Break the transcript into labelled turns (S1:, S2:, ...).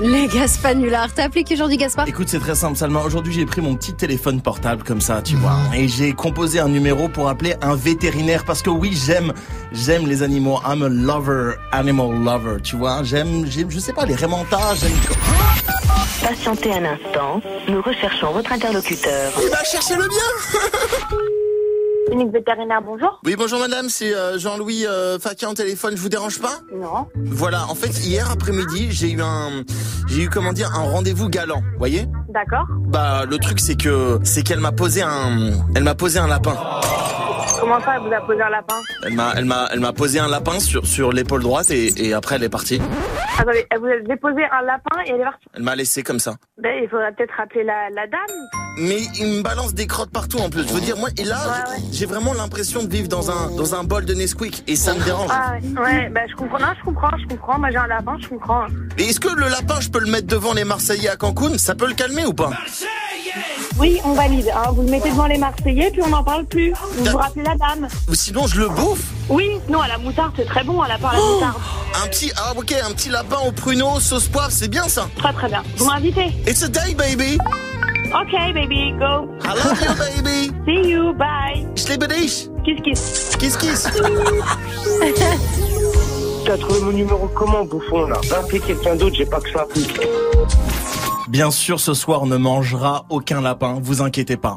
S1: Les Gaspanular. T'as appelé qui aujourd'hui, Gaspard
S2: Écoute, c'est très simple, Salma. Aujourd'hui, j'ai pris mon petit téléphone portable comme ça, tu vois. Et j'ai composé un numéro pour appeler un vétérinaire parce que oui, j'aime, j'aime les animaux. I'm a lover, animal lover, tu vois. J'aime, j'aime, je sais pas, les rémontas, j'aime.
S3: Patientez un instant, nous recherchons votre interlocuteur.
S2: Il va chercher le bien.
S4: Clinique vétérinaire, bonjour.
S2: Oui, bonjour madame, c'est euh, Jean-Louis euh, Fakir en téléphone, je vous dérange pas
S4: Non.
S2: Voilà, en fait, hier après-midi, j'ai eu un, j'ai eu comment dire, un rendez-vous galant, voyez
S4: D'accord.
S2: Bah, le truc, c'est que, c'est qu'elle m'a posé un, elle m'a posé un lapin.
S4: Comment ça, elle vous a posé un lapin
S2: Elle m'a, elle m'a, elle m'a posé un lapin sur, sur l'épaule droite et, et après elle est partie.
S4: Attendez, elle vous a déposé un lapin et elle est partie.
S2: Elle m'a laissé comme ça.
S4: Ben, il faudra peut-être rappeler la, la dame.
S2: Mais il me balance des crottes partout en plus. Je veux dire, moi, et là,
S4: Ouais, ouais.
S2: j'ai vraiment l'impression de vivre dans un, dans un bol de Nesquik et ça me dérange.
S4: Ah ouais, ouais, ben je comprends. Non, je comprends, je comprends. Moi, j'ai un lapin, je comprends.
S2: Et est-ce que le lapin, je peux le mettre devant les Marseillais à Cancun Ça peut le calmer ou pas
S4: Oui, on valide. hein. Vous le mettez devant les Marseillais, puis on n'en parle plus. Vous vous rappelez la dame
S2: Ou sinon, je le bouffe
S4: Oui, non, à la moutarde, c'est très bon, à la part la moutarde.
S2: Un petit, ah ok, un petit lapin au pruneau, sauce poivre, c'est bien ça.
S4: Très, très bien. Vous m'invitez
S2: It's a day, baby.
S4: Ok, baby, go.
S2: I love you, baby.
S4: See you, bye.
S2: Je les béniche.
S4: Kiss, kiss.
S2: Kiss, kiss.
S5: T'as trouvé mon numéro comment, bouffon, là Va appeler quelqu'un d'autre, j'ai pas que ça.
S2: Bien sûr, ce soir, on ne mangera aucun lapin, vous inquiétez pas.